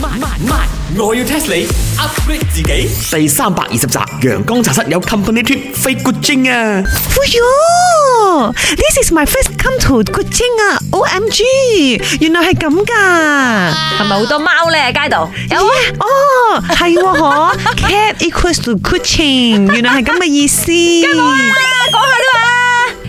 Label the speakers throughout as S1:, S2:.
S1: 慢慢慢，我要 test 你 upgrade 自己。第三百二十集，陽光茶室有 company trip 飛 Good 精啊！
S2: 哎喲，This is my first come to 古精啊！OMG，原來係咁噶。
S3: 係咪好多貓咧喺街度？有啊，
S2: 咦哦，係喎嗬，cat equals to Kuching，原來係咁嘅意思。
S3: 講下啫嘛。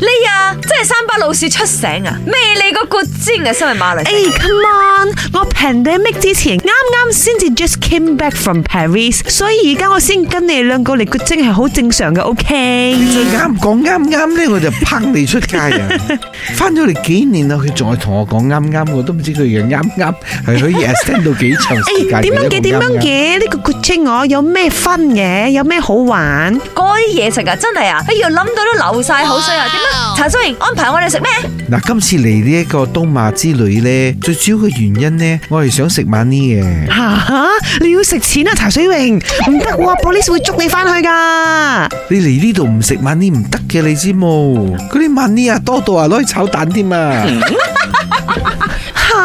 S3: 你啊，真係三巴老鼠出醒啊！咩你個骨精啊，身為馬來西
S2: 誒、
S3: 亞
S2: c o m e on！我 pandemic 之前啱啱先至 just came back from Paris，所以而家我先跟你兩個嚟古精係好正常嘅，OK？
S4: 你最啱講啱啱咧，我就拍你出街 啊！翻咗嚟幾年啦，佢仲係同我講啱啱，我都唔知佢嘅啱啱係可以 extend 到幾長時
S2: 誒
S4: 間。
S2: 哎點樣嘅點樣
S4: 嘅？
S2: 嘅？呢個 g o o d i n g 我有咩分嘅？有咩好玩？
S3: 嗰啲嘢食啊，真係啊！哎呀，諗到都流晒口水啊！點啊？茶水榮安排我哋食咩？
S4: 嗱，今次嚟呢一個東馬之旅咧，最主要嘅原因咧，我係想食晚呢嘅。
S2: 吓、你要食錢啊，茶水榮唔得喎，police 會捉你翻去噶。
S4: 你嚟呢度唔食晚呢唔得嘅，你知冇？嗰啲晚呢啊多到啊攞去炒蛋添啊！
S2: 嗯吓、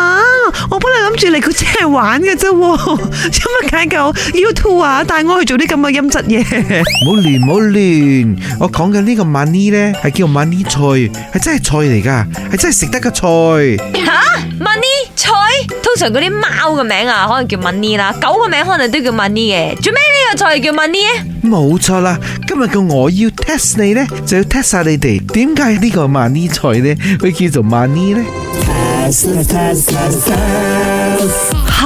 S2: 我本來諗住嚟佢真係玩嘅啫喎，做乜解救 U two 啊？帶我去做啲咁嘅陰質嘢。
S4: 唔好亂，唔好亂！我講緊呢個馬呢咧，係叫馬呢菜，係真係菜嚟噶，係真係食得嘅菜。
S3: 吓，money 菜，通常嗰啲貓嘅名啊，可能叫 money 啦，狗嘅名可能都叫 money 嘅。做咩呢個菜叫啊 money 咧？
S4: 冇錯啦，今日嘅我要 test 你呢，就要 test 晒你哋。點解呢個萬呢菜呢會叫做萬呢呢？
S2: 吓、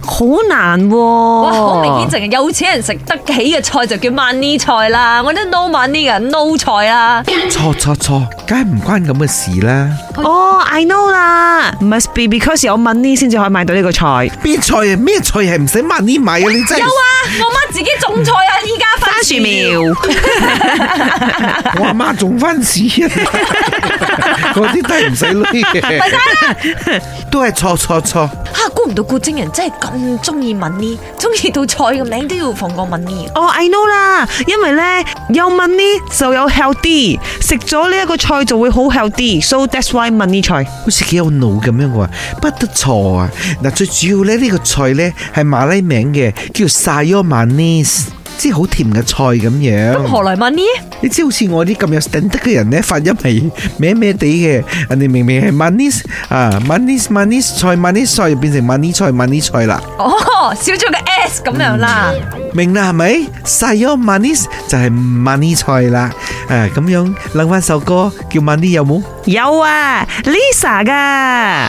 S2: 好難喎、
S3: 哇，好明顯淨係有錢人食得起嘅菜就叫 money 菜啦，我啲 no money 嘅 no 菜啦。
S4: 錯錯錯，梗係唔關咁嘅事啦。
S2: 哦、i know 啦，must be because 有 money 先至可以買到呢個菜。
S4: 咩菜啊？咩菜係唔使萬呢買啊？你真係
S3: 有啊，我媽自己種菜啊，依家番
S2: 番薯苗，
S4: 我阿媽仲番薯 啊！嗰啲都係唔使攞嘅， 都係錯錯錯。
S3: 吓，啊估唔到古精人真係咁中意 money，中意到菜嘅名都要放過 money。
S2: 哦、i know 啦，因為咧有 money 就有 healthy，食咗呢一個菜就會好 healthy，so that's why money 菜。
S4: 好似幾有腦咁樣喎，不得錯啊！嗱，最主要咧呢個菜咧係馬拉名嘅，叫 Sayur Manis，即係好甜嘅菜咁
S3: 咁
S4: 樣。
S3: 何來 money 咧？
S4: 你知好似我啲咁有 stand 得嘅人咧，發音係咩咩地嘅，人哋明明係 Manis 啊，Manis Manis 菜 Manis 菜，變成 Manis 菜 Manis 菜啦，
S3: 哦，少咗個 s 咁樣啦。
S4: 明啦係咪？Sayur Manis 就係 Manis 菜啦，誒咁樣諗翻首歌叫 Manis 有冇？
S2: 有啊，Lisa 噶。